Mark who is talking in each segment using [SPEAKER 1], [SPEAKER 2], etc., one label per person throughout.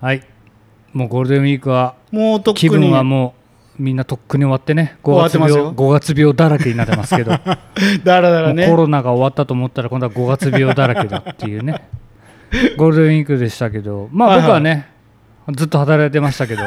[SPEAKER 1] はいもうゴールデンウィークは
[SPEAKER 2] もうとっく
[SPEAKER 1] 気
[SPEAKER 2] に
[SPEAKER 1] 分はもうみんなとっくに終わってね5月
[SPEAKER 2] 終わって
[SPEAKER 1] 病
[SPEAKER 2] ます
[SPEAKER 1] 5月病だらけになってますけ ど、
[SPEAKER 2] だらだら
[SPEAKER 1] もう
[SPEAKER 2] ね
[SPEAKER 1] コロナが終わったと思ったら今度は5月病だらけだっていう ねゴールデンウィークでしたけどまあ僕はね、ずっと働いてました けど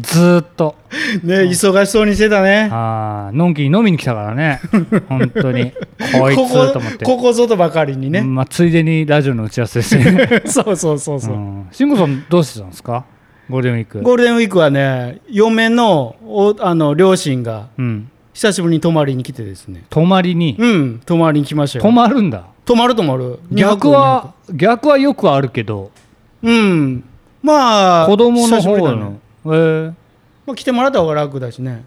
[SPEAKER 1] ずーっと
[SPEAKER 2] ね忙しそうにしてたね
[SPEAKER 1] あーのんきに飲みに来たからね本当にこい
[SPEAKER 2] こ
[SPEAKER 1] つと思って
[SPEAKER 2] こここ外ばかりにね、
[SPEAKER 1] まあ、ついでにラジオの打ち合わせですね
[SPEAKER 2] そうそう そうそう、
[SPEAKER 1] うん慎吾さんどうしてたんですかゴールデンウィーク
[SPEAKER 2] ゴールデンウィークはね嫁のおあの両親が
[SPEAKER 1] うん
[SPEAKER 2] 久しぶりに泊まりに来てですね
[SPEAKER 1] 泊まりに
[SPEAKER 2] うん泊まりに来ましたよ
[SPEAKER 1] 泊まるんだ
[SPEAKER 2] 泊まる泊まる
[SPEAKER 1] 逆は逆はよくあるけど
[SPEAKER 2] 二泊うんまあ
[SPEAKER 1] 子供の
[SPEAKER 2] 久し
[SPEAKER 1] 方
[SPEAKER 2] ぶりだね
[SPEAKER 1] の、えー
[SPEAKER 2] まあ、来てもらった方が楽だし ね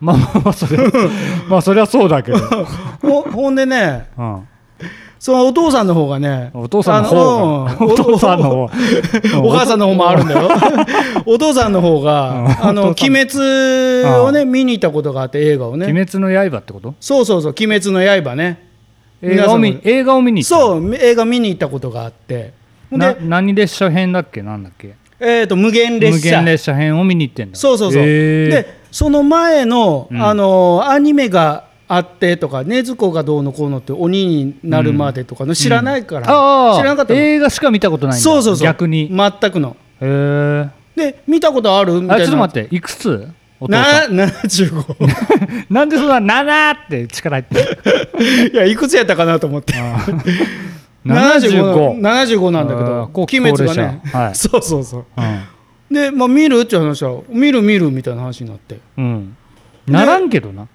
[SPEAKER 1] まあまあまあそれは まあそれはそうだけど、
[SPEAKER 2] ほほんでね
[SPEAKER 1] うん、
[SPEAKER 2] そのお父さんの方がね
[SPEAKER 1] お父さんの方
[SPEAKER 2] あ
[SPEAKER 1] が
[SPEAKER 2] のうん
[SPEAKER 1] お父さんの方
[SPEAKER 2] お母さんの方もあるんだよ。 お父さんの方が、
[SPEAKER 1] うん
[SPEAKER 2] あの、
[SPEAKER 1] お
[SPEAKER 2] 鬼
[SPEAKER 1] 父さん
[SPEAKER 2] 滅をね、見に行ったことがあって、映画を
[SPEAKER 1] 鬼
[SPEAKER 2] ね。
[SPEAKER 1] 滅の刃ってこと
[SPEAKER 2] そうそうそう、鬼滅の刃ね。
[SPEAKER 1] 映画を見
[SPEAKER 2] 皆
[SPEAKER 1] 映画を見に行ったの
[SPEAKER 2] そう、映画見に行ったことがあって。ほん
[SPEAKER 1] な
[SPEAKER 2] で、
[SPEAKER 1] 何列車編だっけなんだっけ
[SPEAKER 2] えっと、無限列
[SPEAKER 1] 無
[SPEAKER 2] 車
[SPEAKER 1] 限。列車編を見に行ってんだ
[SPEAKER 2] そうそうそう。
[SPEAKER 1] へー
[SPEAKER 2] で、その前の、
[SPEAKER 1] うん
[SPEAKER 2] あの、アニメがあってとか、禰豆子がどうのこうのって鬼になるまでとかの知らないから
[SPEAKER 1] あ、あ
[SPEAKER 2] 知らなかったの。
[SPEAKER 1] 映画しか見たことないんだ
[SPEAKER 2] そうそうそう。
[SPEAKER 1] 逆に
[SPEAKER 2] 全くの。
[SPEAKER 1] へえ
[SPEAKER 2] で、見たことあるみたい
[SPEAKER 1] あ
[SPEAKER 2] な。
[SPEAKER 1] ちょっと待っていくつお父さ
[SPEAKER 2] な75。
[SPEAKER 1] ん なんでそんな「なな」って力入ってる
[SPEAKER 2] いや、いくつやったかなと思って。
[SPEAKER 1] 75
[SPEAKER 2] 75なんだけ
[SPEAKER 1] あー
[SPEAKER 2] ど、
[SPEAKER 1] 後期
[SPEAKER 2] 鬼滅がね
[SPEAKER 1] 高齢者は。い
[SPEAKER 2] そうそうそう。
[SPEAKER 1] うん
[SPEAKER 2] で、まあ、見るって話は、見る見るみたいな話になって。
[SPEAKER 1] うんならんけどな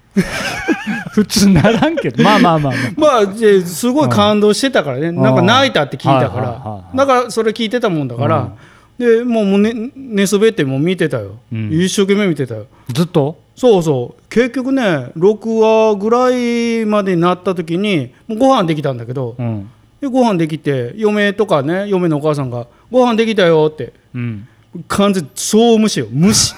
[SPEAKER 1] 普通ならんけ どまあまあまあまあ
[SPEAKER 2] まあ、ですごい感動してたからね、
[SPEAKER 1] ん
[SPEAKER 2] なんか泣いたって聞いた
[SPEAKER 1] はいはいはい
[SPEAKER 2] か
[SPEAKER 1] はい
[SPEAKER 2] ら、だからそれ聞いてたもんだから、でもうもうね寝そべってもう見てたよ、
[SPEAKER 1] うん
[SPEAKER 2] 一生懸命見てたよ、
[SPEAKER 1] ずっと
[SPEAKER 2] そうそう、結局ね、6話ぐらいまでになった時に、もうご飯できたんだけど、
[SPEAKER 1] うん
[SPEAKER 2] でご飯できて、嫁とかね、嫁のお母さんが、ご飯できたよって、
[SPEAKER 1] うん
[SPEAKER 2] 完全そう無視よ無視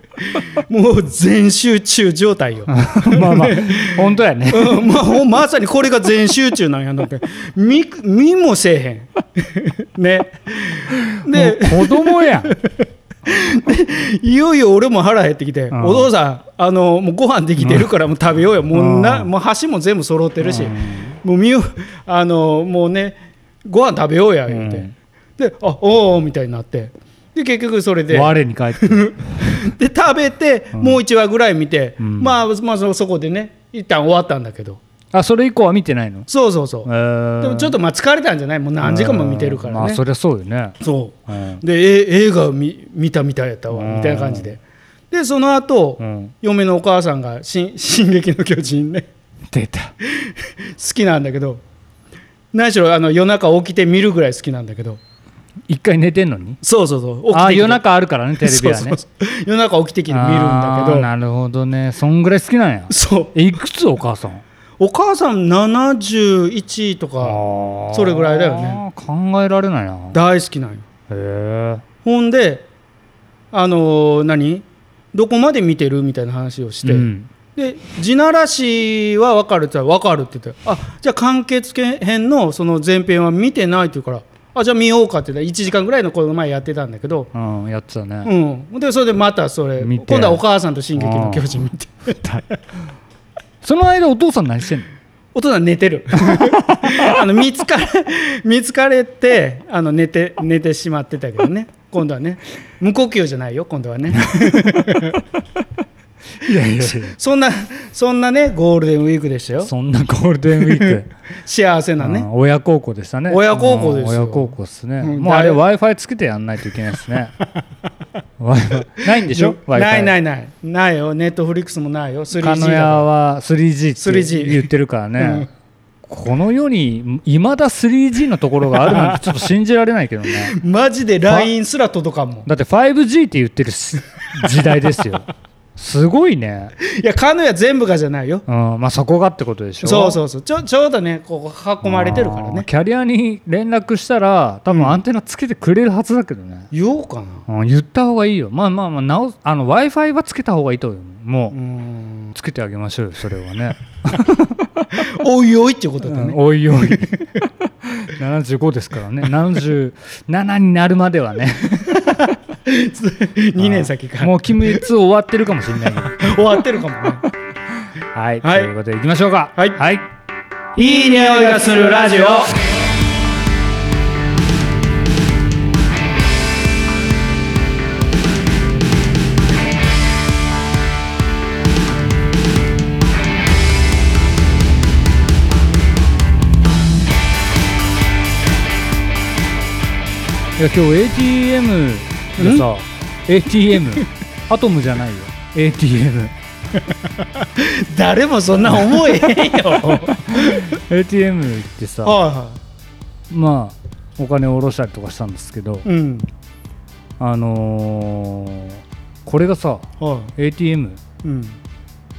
[SPEAKER 2] もう全集中状態よ、
[SPEAKER 1] まあまあ本当やね
[SPEAKER 2] うんまあ、ほんまさにこれが全集中なんやなって見見もせえへん ね
[SPEAKER 1] もう
[SPEAKER 2] で
[SPEAKER 1] 子供やん
[SPEAKER 2] いよいよ俺も腹減ってきて、
[SPEAKER 1] うん
[SPEAKER 2] お父さんあのもうご飯できてるからもう食べようよ、もうな
[SPEAKER 1] うん
[SPEAKER 2] もう箸も全部揃ってるし、
[SPEAKER 1] うん
[SPEAKER 2] もう見ようあのもうねご飯食べようや言って、
[SPEAKER 1] うん
[SPEAKER 2] であおうおうみたいになってで結局それで
[SPEAKER 1] 我に返ってる
[SPEAKER 2] で食べて、
[SPEAKER 1] うん
[SPEAKER 2] もう1話ぐらい見て、
[SPEAKER 1] うん
[SPEAKER 2] まあ、まあそそこでね一旦終わったんだけど
[SPEAKER 1] あそれ以降は見てないの
[SPEAKER 2] そうそうそう、で
[SPEAKER 1] で
[SPEAKER 2] もちょ
[SPEAKER 1] と
[SPEAKER 2] っとまあ疲れたんじゃないもう何時間も見てるからね、
[SPEAKER 1] まあそりゃそうよね
[SPEAKER 2] そ
[SPEAKER 1] うん
[SPEAKER 2] うでえ映画を見見たみたいやったわ
[SPEAKER 1] うん
[SPEAKER 2] みたいな感じででその後、
[SPEAKER 1] うん
[SPEAKER 2] 嫁のお母さん がし「進撃の巨人ね」
[SPEAKER 1] 出た
[SPEAKER 2] 好きなんだけど何しろあの夜中起きて見るぐらい好きなんだけど
[SPEAKER 1] 一回寝てんのに
[SPEAKER 2] そうそうそう起きてきて
[SPEAKER 1] あ夜中あるからねテレビはね
[SPEAKER 2] そうそうそう夜中起きてきて見るんだけ
[SPEAKER 1] あー
[SPEAKER 2] ど
[SPEAKER 1] なるほどねそんぐらい好きなんや
[SPEAKER 2] そう
[SPEAKER 1] えいくつお母さん
[SPEAKER 2] お母さん71とか
[SPEAKER 1] あー
[SPEAKER 2] それぐらいだよね
[SPEAKER 1] 考えられないな
[SPEAKER 2] 大好きなんよ
[SPEAKER 1] へ
[SPEAKER 2] ほんであのー何どこまで見てるみたいな話を
[SPEAKER 1] え
[SPEAKER 2] して、
[SPEAKER 1] うん
[SPEAKER 2] で地ならしは分かるって言ったら分かるって言ってあじゃあ完結編のその前編は見てないって言うからあじゃあ見ようかって言ったら1時間ぐらいのこの前やってたんだけど、
[SPEAKER 1] うんやってたね
[SPEAKER 2] うん、でそれでまたそれ
[SPEAKER 1] 見
[SPEAKER 2] 今
[SPEAKER 1] て
[SPEAKER 2] 度はお母さんと「進撃の巨人」見て
[SPEAKER 1] その間お父さん何してんの
[SPEAKER 2] お父さん寝てる あの見つかれ 見つかれてあの寝て寝てしまってたけどね今度はね無呼吸じゃないよ今度はね
[SPEAKER 1] いやいやい
[SPEAKER 2] そんなそんなねゴールデンウィークでした
[SPEAKER 1] や
[SPEAKER 2] よ
[SPEAKER 1] そんなゴールデンウィー ク
[SPEAKER 2] 幸せな
[SPEAKER 1] う
[SPEAKER 2] ね
[SPEAKER 1] ん親孝行でしたね
[SPEAKER 2] 親孝行ですよ
[SPEAKER 1] うん親孝行っすね
[SPEAKER 2] うん
[SPEAKER 1] もうあれ
[SPEAKER 2] だい
[SPEAKER 1] w i f i つけてやんないといけないです ね Wi-Fi ないんでしょ
[SPEAKER 2] ないないいないないよネットフリックスもないよ 3G だ
[SPEAKER 1] 鹿
[SPEAKER 2] か
[SPEAKER 1] 屋
[SPEAKER 2] ら
[SPEAKER 1] は 3G って
[SPEAKER 2] 3G
[SPEAKER 1] 言ってるからね、
[SPEAKER 2] うん
[SPEAKER 1] この世にいまだ 3G のところがあるなんてちょっと信じられないけどね
[SPEAKER 2] マジで LINE すら届かんもん
[SPEAKER 1] だって 5G って言ってるし時代です よすごいね、
[SPEAKER 2] いやカヌヤ全部がじゃないよ
[SPEAKER 1] うんまあ、そこがってことでしょ
[SPEAKER 2] そうそううそうちょちょうどねここ囲まれてるからね
[SPEAKER 1] キャリアに連絡したら多分アンテナつけてくれるはずだけどね、
[SPEAKER 2] 言おうかな
[SPEAKER 1] うん、言った方がいいよまあまあまあ直すあの w i f i はつけた方がいいと思うよも
[SPEAKER 2] う
[SPEAKER 1] う、
[SPEAKER 2] ん
[SPEAKER 1] つけてあげま しょうよそれはね
[SPEAKER 2] おいおいっていうことだね
[SPEAKER 1] うんおいおい75ですからね77になるまでは ね
[SPEAKER 2] 2年先から
[SPEAKER 1] もう鬼滅終わってるかもしれないけど
[SPEAKER 2] 終わってるかもね
[SPEAKER 1] はい、
[SPEAKER 2] はい
[SPEAKER 1] ということでいきましょうか
[SPEAKER 2] はい
[SPEAKER 1] はい、
[SPEAKER 2] いい匂いがするラジオ
[SPEAKER 1] いや今日 ATM がさ ATM アトムじゃないよ ATM
[SPEAKER 2] 誰もそんな思えへん よ
[SPEAKER 1] ATM 行ってさ
[SPEAKER 2] は
[SPEAKER 1] まあお金を下ろしたりとかしたんですけど
[SPEAKER 2] いはいうん
[SPEAKER 1] あのーこれがさ
[SPEAKER 2] は
[SPEAKER 1] ATM、
[SPEAKER 2] いうん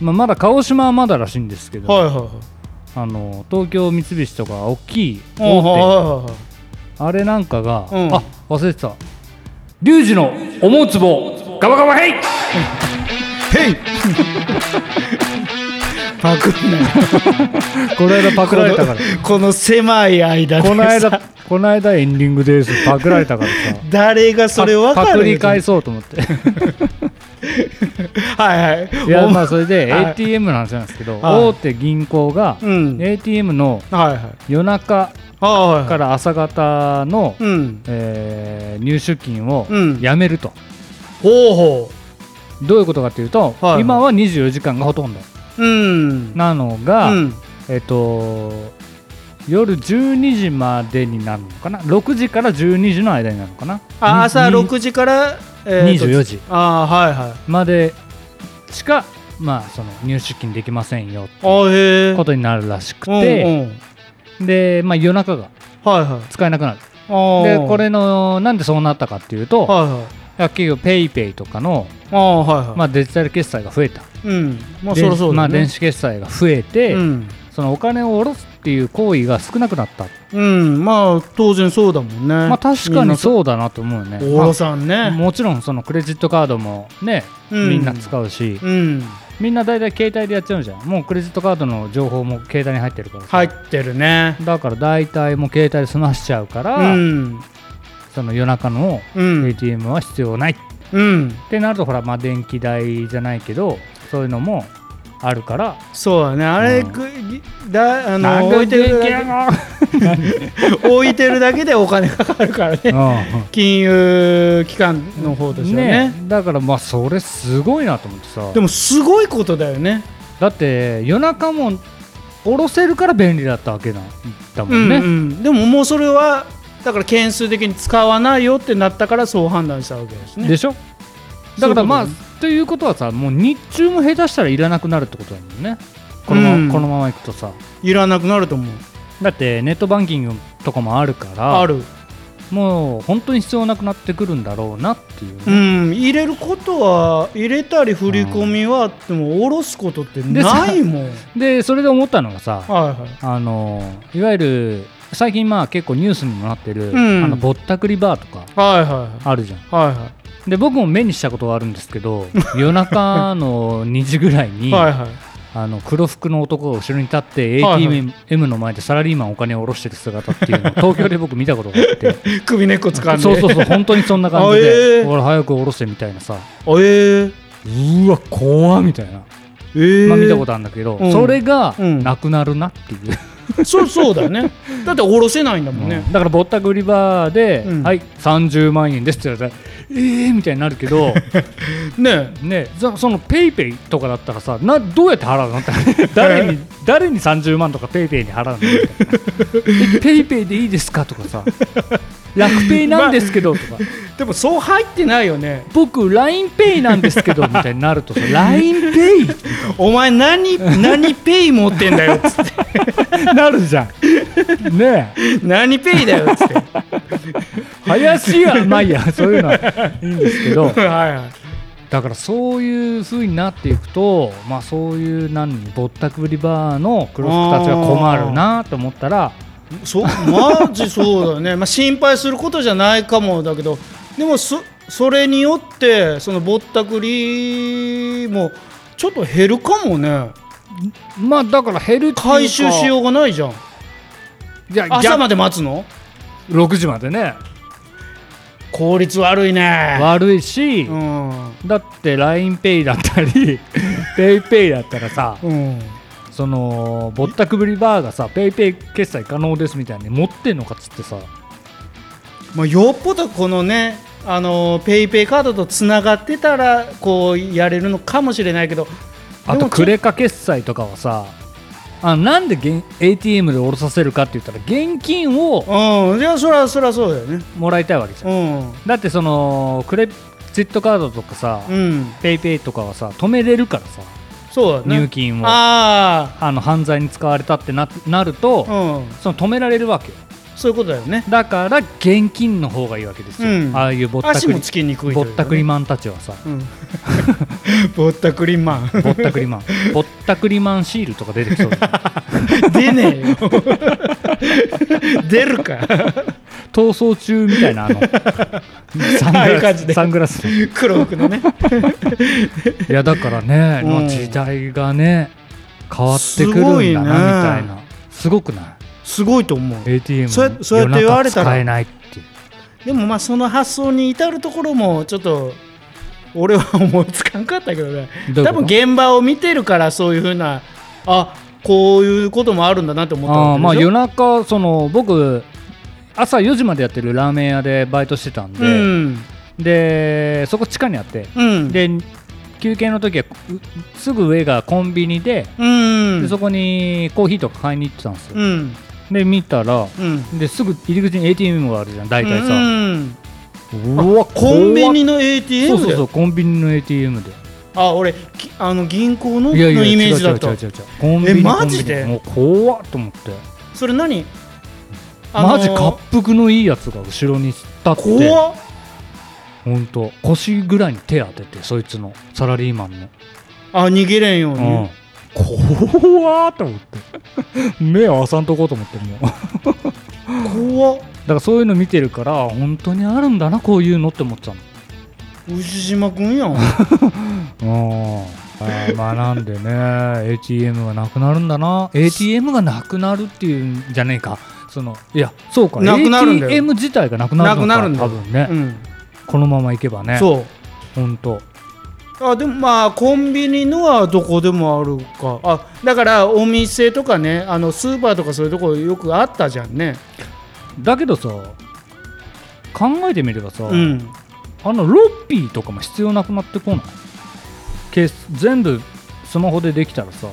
[SPEAKER 1] まあ、まだ鹿児島はまだらしいんですけど、
[SPEAKER 2] はいはいはい
[SPEAKER 1] あの東京三菱とか大きい
[SPEAKER 2] はいはい
[SPEAKER 1] 大
[SPEAKER 2] はいはい
[SPEAKER 1] 手あれなんかが、
[SPEAKER 2] うん
[SPEAKER 1] あ忘れてたリュウジの思うつぼガバガバ ヘイ
[SPEAKER 2] ヘイパクんなよ
[SPEAKER 1] この間パクられたから
[SPEAKER 2] この狭い間でさ
[SPEAKER 1] この間この間エンディングですパクられたからさ
[SPEAKER 2] 誰が それ分かる
[SPEAKER 1] パクり返
[SPEAKER 2] 返
[SPEAKER 1] そうと思って
[SPEAKER 2] はいはい
[SPEAKER 1] いやまあそれで
[SPEAKER 2] はい
[SPEAKER 1] ATM の話なんですけど、
[SPEAKER 2] はい
[SPEAKER 1] 大手銀行が
[SPEAKER 2] うん
[SPEAKER 1] ATM の
[SPEAKER 2] はいはい
[SPEAKER 1] 夜中
[SPEAKER 2] はいはい
[SPEAKER 1] から朝方の、
[SPEAKER 2] うん
[SPEAKER 1] えー入出金を
[SPEAKER 2] うん
[SPEAKER 1] やめると、
[SPEAKER 2] ほうほ
[SPEAKER 1] どういうことかというと、
[SPEAKER 2] はいはい
[SPEAKER 1] 今は24時間がほとんど
[SPEAKER 2] ううん
[SPEAKER 1] なのが、
[SPEAKER 2] うん
[SPEAKER 1] えっと夜12時までになるのかな6時から12時の間になるのかな
[SPEAKER 2] あ
[SPEAKER 1] に
[SPEAKER 2] 朝
[SPEAKER 1] に
[SPEAKER 2] 6時から、えーと
[SPEAKER 1] 24時
[SPEAKER 2] ああはいはい
[SPEAKER 1] までしか、まあ、その入出金できませんよって
[SPEAKER 2] あへえ
[SPEAKER 1] ことになるらしくて、
[SPEAKER 2] うんうん、
[SPEAKER 1] で、まあ、夜中が
[SPEAKER 2] はいはい
[SPEAKER 1] 使えなくなる
[SPEAKER 2] あー
[SPEAKER 1] でこれのなんでそうなったかっていうと、
[SPEAKER 2] はいはい
[SPEAKER 1] 結局ペイペイとかの、
[SPEAKER 2] ああはいはい
[SPEAKER 1] まあ、デジタル決済が増えた、
[SPEAKER 2] うんまあ
[SPEAKER 1] で
[SPEAKER 2] そろそろ
[SPEAKER 1] まあ、電子決済が増えて、
[SPEAKER 2] うん、
[SPEAKER 1] そのお金を下ろすっていう行為が少なくなった、
[SPEAKER 2] うん、まあ当然そうだもんね
[SPEAKER 1] まあ、確か
[SPEAKER 2] みんな
[SPEAKER 1] に
[SPEAKER 2] そ
[SPEAKER 1] そうだなと思うね、
[SPEAKER 2] おろさん
[SPEAKER 1] まあ
[SPEAKER 2] ね
[SPEAKER 1] もちろんそのクレジットカードもね、
[SPEAKER 2] うん
[SPEAKER 1] みんな使うし
[SPEAKER 2] うん
[SPEAKER 1] みんな大体携帯でやっちゃうじゃんもうクレジットカードの情報も携帯に入ってるからさ
[SPEAKER 2] 入ってるね
[SPEAKER 1] だから大体もう携帯で済ましちゃうか
[SPEAKER 2] う
[SPEAKER 1] ら、
[SPEAKER 2] ん
[SPEAKER 1] その夜中の
[SPEAKER 2] うん
[SPEAKER 1] ATM は必要ないっ
[SPEAKER 2] うん
[SPEAKER 1] てなるとほら、まあ、電気代じゃないけどそういうのもあるから
[SPEAKER 2] そうだねあれ、
[SPEAKER 1] うん
[SPEAKER 2] くだあ
[SPEAKER 1] な
[SPEAKER 2] の
[SPEAKER 1] んで
[SPEAKER 2] 置いてるだ
[SPEAKER 1] 電気屋
[SPEAKER 2] け置いてるだけでお金かかるからね
[SPEAKER 1] の
[SPEAKER 2] 金融機関の方としてはね
[SPEAKER 1] ねだからまあそれすごいなと思ってさ
[SPEAKER 2] でもすごいことだよね
[SPEAKER 1] だって夜中も下ろせるから便利だったわけなんだも
[SPEAKER 2] うんん
[SPEAKER 1] ね、
[SPEAKER 2] うん、でももうそれはだから件数的に使わないよってなったからそう判断したわけですね。
[SPEAKER 1] でしょだからまあ
[SPEAKER 2] そういうこと
[SPEAKER 1] ということはさもう日中も下手したらいらなくなるってことだもんねこのまま、
[SPEAKER 2] うん
[SPEAKER 1] このままいくとさ
[SPEAKER 2] いらなくなると思う。
[SPEAKER 1] だってネットバンキングとかもあるから
[SPEAKER 2] ある、
[SPEAKER 1] もう本当に必要なくなってくるんだろうなっていう
[SPEAKER 2] う
[SPEAKER 1] ね、
[SPEAKER 2] ん、入れることは入れたり振り込みはあっても下ろすことってないもん。はい
[SPEAKER 1] でそれで思ったのがさ
[SPEAKER 2] はい。
[SPEAKER 1] あのいわゆる最近まあ結構ニュースにもなってる、
[SPEAKER 2] うん
[SPEAKER 1] あのぼったくりバーとか
[SPEAKER 2] はいはい
[SPEAKER 1] あるじゃん
[SPEAKER 2] はいは
[SPEAKER 1] で僕も目にしたことはあるんですけ ど夜中の2時ぐらい
[SPEAKER 2] い
[SPEAKER 1] に、
[SPEAKER 2] はいはい。
[SPEAKER 1] あの黒服の男が後ろに立って
[SPEAKER 2] はいはい
[SPEAKER 1] ATM の前でサラリーマンお金を下ろしてる姿って いうのを東京で僕見たことがあって
[SPEAKER 2] 首根っこ掴んで。
[SPEAKER 1] そうそうそう本当にそんな感じ
[SPEAKER 2] あえ
[SPEAKER 1] で
[SPEAKER 2] ー
[SPEAKER 1] 俺早く下ろせみたいなさ
[SPEAKER 2] あえー、
[SPEAKER 1] うーわ怖っみたいな、
[SPEAKER 2] えー、
[SPEAKER 1] まあ、見たことあるんだけど、
[SPEAKER 2] うん
[SPEAKER 1] それが
[SPEAKER 2] うん
[SPEAKER 1] なくなるなっていう、
[SPEAKER 2] そうそうだ よね。だって下ろせないんだもんね。
[SPEAKER 1] だからぼったくりバーで、
[SPEAKER 2] うん
[SPEAKER 1] はい30万円ですって言われたらえーみたいになるけ ど
[SPEAKER 2] ね
[SPEAKER 1] ねそそのペイペイとかだったらさなどうやって払うのって 誰に誰に30万とかペイペイに払うのみたい なえペイペイでいいですかとかさ楽ペイなんですけどと か、
[SPEAKER 2] でもそう入ってないよね。
[SPEAKER 1] 僕 l i n e ペイなんですけどみたいになる とさ l i n e ペイっ
[SPEAKER 2] お前何何ペイ持ってんだよっつって。
[SPEAKER 1] てなるじゃんねえ
[SPEAKER 2] 何ペイだよっつっては
[SPEAKER 1] 林やまあいいやそういうの はいいんですけど
[SPEAKER 2] いはい
[SPEAKER 1] だからそういう風になっていくとまあそういう何ぼったくりバーの黒服たちは困るなと思ったら
[SPEAKER 2] そマジそうだよね、まあ、心配することじゃないかもだけどでもそそれによってそのぼったくりもちょっと減るかもね
[SPEAKER 1] まあだから減るっていうか
[SPEAKER 2] 回収しようがないじゃん
[SPEAKER 1] じゃあ
[SPEAKER 2] 朝
[SPEAKER 1] 逆
[SPEAKER 2] まで待つの
[SPEAKER 1] 6時までね
[SPEAKER 2] 効率悪いね
[SPEAKER 1] 悪いし、
[SPEAKER 2] うん
[SPEAKER 1] だって LINEPay だった り PayPay だったらさ
[SPEAKER 2] うん
[SPEAKER 1] そのぼったくぶりバーがさ PayPay 決済可能ですみたいに持ってんのかっつってさ
[SPEAKER 2] まあ、よっぽどこのねあのペイペイカードとつながってたらこうやれるのかもしれないけど
[SPEAKER 1] あ
[SPEAKER 2] で
[SPEAKER 1] と
[SPEAKER 2] もちょ
[SPEAKER 1] クレカ決済とかはさあなんで現 ATM で下ろさせるかって言ったら現金を
[SPEAKER 2] うんいやそりゃそりゃそうだよね
[SPEAKER 1] もらいたいわけじゃん
[SPEAKER 2] う
[SPEAKER 1] だってそのクレジットカードとかさ、
[SPEAKER 2] んうん
[SPEAKER 1] ペイペイとかはさ止めれるからさ
[SPEAKER 2] そうだね
[SPEAKER 1] 入金をあ
[SPEAKER 2] あ
[SPEAKER 1] の犯罪に使われたってななると、
[SPEAKER 2] あうん
[SPEAKER 1] その止められるわけよ
[SPEAKER 2] そういうことだよね
[SPEAKER 1] だから現金の方がいいわけですよ、
[SPEAKER 2] うん
[SPEAKER 1] ああいうぼったく
[SPEAKER 2] 足
[SPEAKER 1] り
[SPEAKER 2] もつきにくいとい
[SPEAKER 1] ぼ
[SPEAKER 2] う
[SPEAKER 1] ったくりマンたちはさ
[SPEAKER 2] うん ぼったくりマン
[SPEAKER 1] ぼったくりマンぼったくりマンシールとか出てきそうだね
[SPEAKER 2] 出ねえよ 出るか
[SPEAKER 1] 逃走中みたいな あのサン
[SPEAKER 2] ああ
[SPEAKER 1] グ
[SPEAKER 2] いう
[SPEAKER 1] ラ
[SPEAKER 2] 感じ
[SPEAKER 1] ス
[SPEAKER 2] で
[SPEAKER 1] サングラスのい
[SPEAKER 2] 黒服のね
[SPEAKER 1] やだからね、
[SPEAKER 2] うん
[SPEAKER 1] の時代がね変わってくるんだなみ
[SPEAKER 2] すごいね
[SPEAKER 1] たいなすごくない
[SPEAKER 2] すごいと思う
[SPEAKER 1] ATM
[SPEAKER 2] そうやそうやって言われた
[SPEAKER 1] 夜中使
[SPEAKER 2] ら
[SPEAKER 1] えないっていう
[SPEAKER 2] でもまあその発想に至るところもちょっと俺は思いつかんかったけどね
[SPEAKER 1] どういうこと
[SPEAKER 2] 多分現場を見てるからそういうふうなあこういうこともあるんだなって思った
[SPEAKER 1] あーま
[SPEAKER 2] わ
[SPEAKER 1] あ
[SPEAKER 2] けでしょ
[SPEAKER 1] 夜中その僕朝4時までやってるラーメン屋でバイトしてたんで、
[SPEAKER 2] うん
[SPEAKER 1] でそこ地下にあって
[SPEAKER 2] うん
[SPEAKER 1] で休憩の時はうすぐ上がコンビニで,、
[SPEAKER 2] うん
[SPEAKER 1] でそこにコーヒーとか買いに行ってたんですよ、
[SPEAKER 2] うん
[SPEAKER 1] で見たら
[SPEAKER 2] うん
[SPEAKER 1] ですぐ入り口に ATM があるじゃん大体
[SPEAKER 2] う
[SPEAKER 1] さ、
[SPEAKER 2] ん
[SPEAKER 1] うわ
[SPEAKER 2] コンビニ
[SPEAKER 1] の
[SPEAKER 2] の
[SPEAKER 1] ATM そうそ
[SPEAKER 2] ATM
[SPEAKER 1] う
[SPEAKER 2] だ
[SPEAKER 1] そ
[SPEAKER 2] よ
[SPEAKER 1] うコンビニの ATM で
[SPEAKER 2] あ俺きあの銀行のの
[SPEAKER 1] いやいや
[SPEAKER 2] イメージだった
[SPEAKER 1] 違う違う違う違うコンビニ
[SPEAKER 2] えマジで
[SPEAKER 1] コンビニもう怖っと思って
[SPEAKER 2] それ何
[SPEAKER 1] マジ滑腹のいいやつが後ろに立って
[SPEAKER 2] 怖っ
[SPEAKER 1] 本当腰ぐらいに手当ててそいつのサラリーマンの、
[SPEAKER 2] あ逃げれんよう
[SPEAKER 1] う
[SPEAKER 2] に、
[SPEAKER 1] ん、怖ーと思って 目合わさんとこうと思ってもうだか
[SPEAKER 2] 怖っ
[SPEAKER 1] らそういうの見てるから本当にあるんだなこういうのって思ってた
[SPEAKER 2] 牛島君 やん
[SPEAKER 1] のうんまあなんでね ATM がなくなるんだな ATM がなくなるっていうんじゃねえかそのいやそうか
[SPEAKER 2] なくなるんだよ
[SPEAKER 1] ATM 自体がなくなるのか
[SPEAKER 2] なくなるんだ
[SPEAKER 1] 多
[SPEAKER 2] よ
[SPEAKER 1] 分ね、
[SPEAKER 2] うん
[SPEAKER 1] このままいけばね
[SPEAKER 2] そう
[SPEAKER 1] 本当
[SPEAKER 2] あでもまあコンビニのはどこでもあるかあだからお店とかねあのスーパーとかそういうとこよくあったじゃんね
[SPEAKER 1] だけどさ考えてみればさ、
[SPEAKER 2] うん
[SPEAKER 1] あのロッピーとかも必要なくなってこないケース全部スマホでできたらさ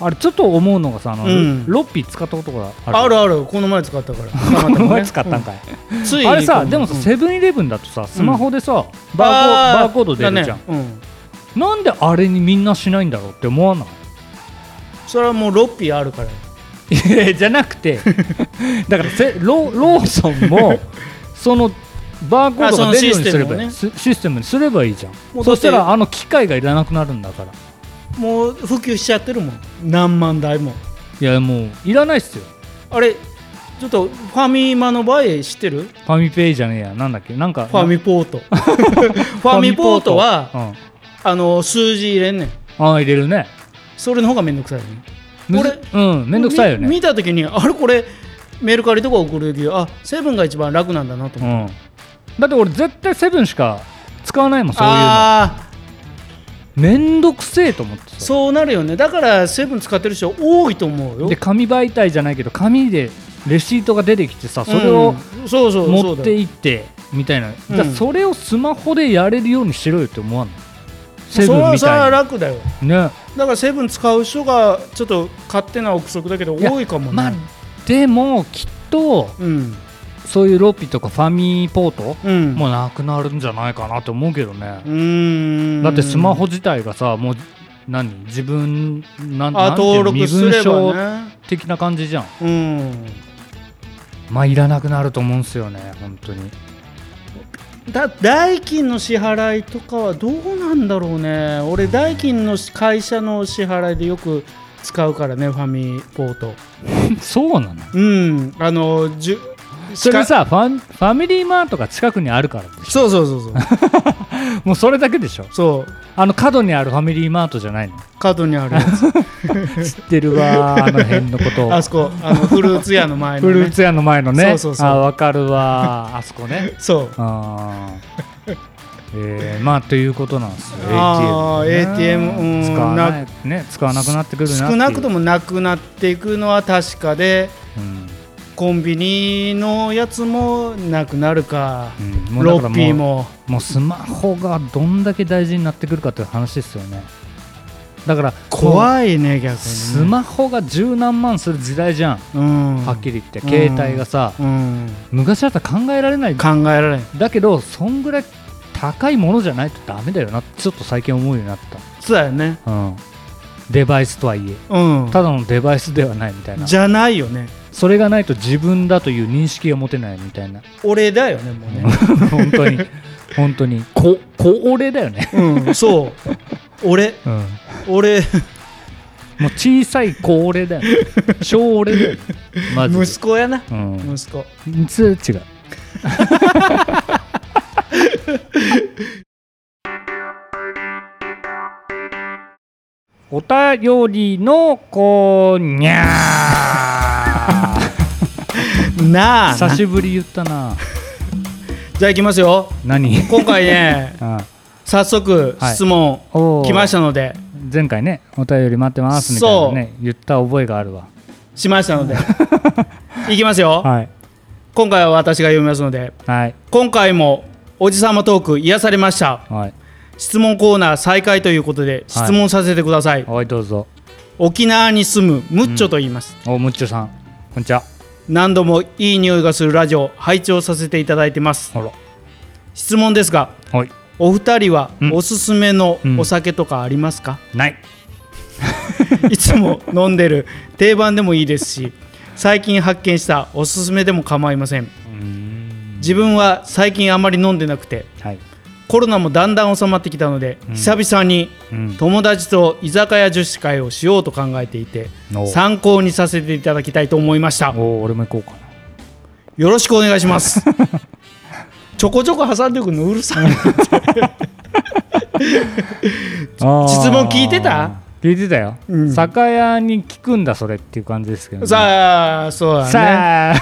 [SPEAKER 1] あれちょっと思うのがさあの、
[SPEAKER 2] うん
[SPEAKER 1] ロッピー使ったことがある
[SPEAKER 2] あるあるこの前使ったから
[SPEAKER 1] この前使ったん
[SPEAKER 2] か、
[SPEAKER 1] かい、
[SPEAKER 2] うんついに
[SPEAKER 1] あれさ
[SPEAKER 2] 今
[SPEAKER 1] でも
[SPEAKER 2] 度
[SPEAKER 1] さセブンイレブンだとさスマホでさ、バーコードバーコード出るじゃん、
[SPEAKER 2] あーだねうん
[SPEAKER 1] なんであれにみんなしないんだろうって思わ ない
[SPEAKER 2] それはもうロッピーあるから
[SPEAKER 1] いやじゃなくて だからせロローソン もそのバーコードが出るようにすればいい
[SPEAKER 2] あ
[SPEAKER 1] シシステムにすればいいじゃ
[SPEAKER 2] も
[SPEAKER 1] ん
[SPEAKER 2] うだ
[SPEAKER 1] そ
[SPEAKER 2] って
[SPEAKER 1] したらあの機械がいらなくなるんだから
[SPEAKER 2] もう普及しちゃってるもん何万台も
[SPEAKER 1] いやもういらないっすよ
[SPEAKER 2] あれちょっとファミマの場合知ってる
[SPEAKER 1] ファミペイじゃねえやなんだっけなんか
[SPEAKER 2] ファミポ ートフ
[SPEAKER 1] フ
[SPEAKER 2] ァミポートは、
[SPEAKER 1] うん、あ
[SPEAKER 2] あの数字入れんねん
[SPEAKER 1] あ入れるね
[SPEAKER 2] それの方がめんどくさいよね
[SPEAKER 1] むず
[SPEAKER 2] 俺
[SPEAKER 1] うんめんどくさいよ
[SPEAKER 2] み
[SPEAKER 1] ね
[SPEAKER 2] 見た時にあれこれメルカリとか送る時あセブンが一番楽なんだなと
[SPEAKER 1] う
[SPEAKER 2] 思って、
[SPEAKER 1] んだって俺絶対セブンしか使わないもんそういうの
[SPEAKER 2] ああ
[SPEAKER 1] めんどくせえと思ってさ
[SPEAKER 2] そうなるよねだからセブン使ってる人多いと思うよ
[SPEAKER 1] で紙媒体じゃないけど紙でレシートが出てきてさそれを
[SPEAKER 2] うんそうそうそ
[SPEAKER 1] 持
[SPEAKER 2] う
[SPEAKER 1] っ
[SPEAKER 2] だ
[SPEAKER 1] ていってみたいな、
[SPEAKER 2] うん
[SPEAKER 1] じゃあそれをスマホでやれるようにしろよって思わんのセ
[SPEAKER 2] それ
[SPEAKER 1] ブン
[SPEAKER 2] は
[SPEAKER 1] み
[SPEAKER 2] それ
[SPEAKER 1] た
[SPEAKER 2] はい
[SPEAKER 1] な
[SPEAKER 2] 楽だよ
[SPEAKER 1] ね
[SPEAKER 2] だからセブン使う人がちょっと勝手な憶測だけど
[SPEAKER 1] いや
[SPEAKER 2] 多いかもね、
[SPEAKER 1] まあでもきっと
[SPEAKER 2] うん
[SPEAKER 1] そういうロピとかファミポート、
[SPEAKER 2] うん
[SPEAKER 1] もうなくなるんじゃないかなと思うけどね
[SPEAKER 2] う、ーん
[SPEAKER 1] だってスマホ自体がさもう何自分なん
[SPEAKER 2] あ
[SPEAKER 1] なんていうの
[SPEAKER 2] 登録
[SPEAKER 1] 身
[SPEAKER 2] す
[SPEAKER 1] 分
[SPEAKER 2] れ
[SPEAKER 1] 証
[SPEAKER 2] ばね
[SPEAKER 1] 的な感じじゃん
[SPEAKER 2] うん
[SPEAKER 1] まあいらなくなると思うんすよね本当に
[SPEAKER 2] だ代金の支払いとかはどうなんだろうね俺代金の会社の支払いでよく使うからねファミポート
[SPEAKER 1] そうなの
[SPEAKER 2] うんあのじゅ
[SPEAKER 1] それ
[SPEAKER 2] 近
[SPEAKER 1] さファンファミリーマートが近くにあるからでしょ
[SPEAKER 2] そうそうそうそう
[SPEAKER 1] もうそれだけでしょ
[SPEAKER 2] そう
[SPEAKER 1] あの角にあるファミリーマートじゃないの
[SPEAKER 2] カードにあるやつ
[SPEAKER 1] 知ってるわ あの辺のこと
[SPEAKER 2] あそこあのフルーツ屋の前の、
[SPEAKER 1] フ
[SPEAKER 2] ね、
[SPEAKER 1] ルーツ屋の前のね
[SPEAKER 2] そうそうそう
[SPEAKER 1] あ分かるわあそこね
[SPEAKER 2] そう
[SPEAKER 1] あーえー、まあということなんですよ
[SPEAKER 2] あー
[SPEAKER 1] ATM ね
[SPEAKER 2] ATM うん
[SPEAKER 1] 使わないね使わなくなってくるなっていう
[SPEAKER 2] 少なくともなくなっていくのは確かで
[SPEAKER 1] うん
[SPEAKER 2] コンビニのやつもなくなるか、
[SPEAKER 1] うんもうだ
[SPEAKER 2] ロ
[SPEAKER 1] から
[SPEAKER 2] ッピーも
[SPEAKER 1] もうスマホがどんだけ大事になってくるかという話ですよねだからも
[SPEAKER 2] 怖いね逆にね
[SPEAKER 1] うスマホが十何万する時代じゃん、
[SPEAKER 2] うん
[SPEAKER 1] はっきり言って
[SPEAKER 2] うん
[SPEAKER 1] 携帯がさ、
[SPEAKER 2] うん、
[SPEAKER 1] 昔だったら考えられない
[SPEAKER 2] 考えられん
[SPEAKER 1] だけどそんぐらい高いものじゃないとダメだよなってちょっと最近思うようになっ
[SPEAKER 2] そうだよね
[SPEAKER 1] た、うん、デバイスとはいえ
[SPEAKER 2] うん
[SPEAKER 1] ただのデバイスではないみたいな
[SPEAKER 2] じゃないよね
[SPEAKER 1] それがないと自分だという認識が持てないみたい な
[SPEAKER 2] 俺だよねもうね
[SPEAKER 1] 本当に本当にここれだよね、
[SPEAKER 2] うん、そう。俺、
[SPEAKER 1] うん
[SPEAKER 2] 俺、
[SPEAKER 1] もう小さい高齢 だよ、ね、小齢だよ、ね、マジで
[SPEAKER 2] 息子やな。
[SPEAKER 1] うん
[SPEAKER 2] 息子。
[SPEAKER 1] つ違 うお便りのこにゃ
[SPEAKER 2] なあ。
[SPEAKER 1] 久しぶり言ったな
[SPEAKER 2] じゃあ行きますよ。
[SPEAKER 1] 何、
[SPEAKER 2] 今回ね
[SPEAKER 1] あ
[SPEAKER 2] 早速質問
[SPEAKER 1] おー
[SPEAKER 2] 来ましたので、
[SPEAKER 1] 前回ねお便り待ってますみたいなね言った覚えがあるわ
[SPEAKER 2] しましたので、 行きますよ。
[SPEAKER 1] はい
[SPEAKER 2] 今回は私が読みますので、
[SPEAKER 1] はい
[SPEAKER 2] 今回もおじさまトーク癒されました。
[SPEAKER 1] はい
[SPEAKER 2] 質問コーナー再開ということで、質問させてください。
[SPEAKER 1] はいどうぞ
[SPEAKER 2] 沖縄に住むムッチョと言います。
[SPEAKER 1] おむっちょさんこんにちは
[SPEAKER 2] 何度もいい匂いがするラジオ拝聴させていただいてます
[SPEAKER 1] ほら
[SPEAKER 2] 質問ですが
[SPEAKER 1] はい
[SPEAKER 2] お二人は
[SPEAKER 1] うん
[SPEAKER 2] おすすめの
[SPEAKER 1] うん
[SPEAKER 2] お酒とかありますか、
[SPEAKER 1] ない
[SPEAKER 2] いつも飲んでる定番でもいいですし最近発見したおすすめでも構いません
[SPEAKER 1] うん
[SPEAKER 2] 自分は最近あまり飲んでなくて
[SPEAKER 1] はい
[SPEAKER 2] コロナもだんだん収まってきたので、
[SPEAKER 1] うん
[SPEAKER 2] 久々に
[SPEAKER 1] うん
[SPEAKER 2] 友達と居酒屋女子会をしようと考えていて
[SPEAKER 1] お
[SPEAKER 2] 参考にさせていただきたいと思いました
[SPEAKER 1] お俺も行こうかな
[SPEAKER 2] よろしくお願いしますちょこちょこ挟んでくるのうるさい質問聞いてた
[SPEAKER 1] 聞いてたよ、
[SPEAKER 2] うん
[SPEAKER 1] 酒屋に聞くんだそれっていう感じですけど、ね、
[SPEAKER 2] さあそうだね
[SPEAKER 1] さあ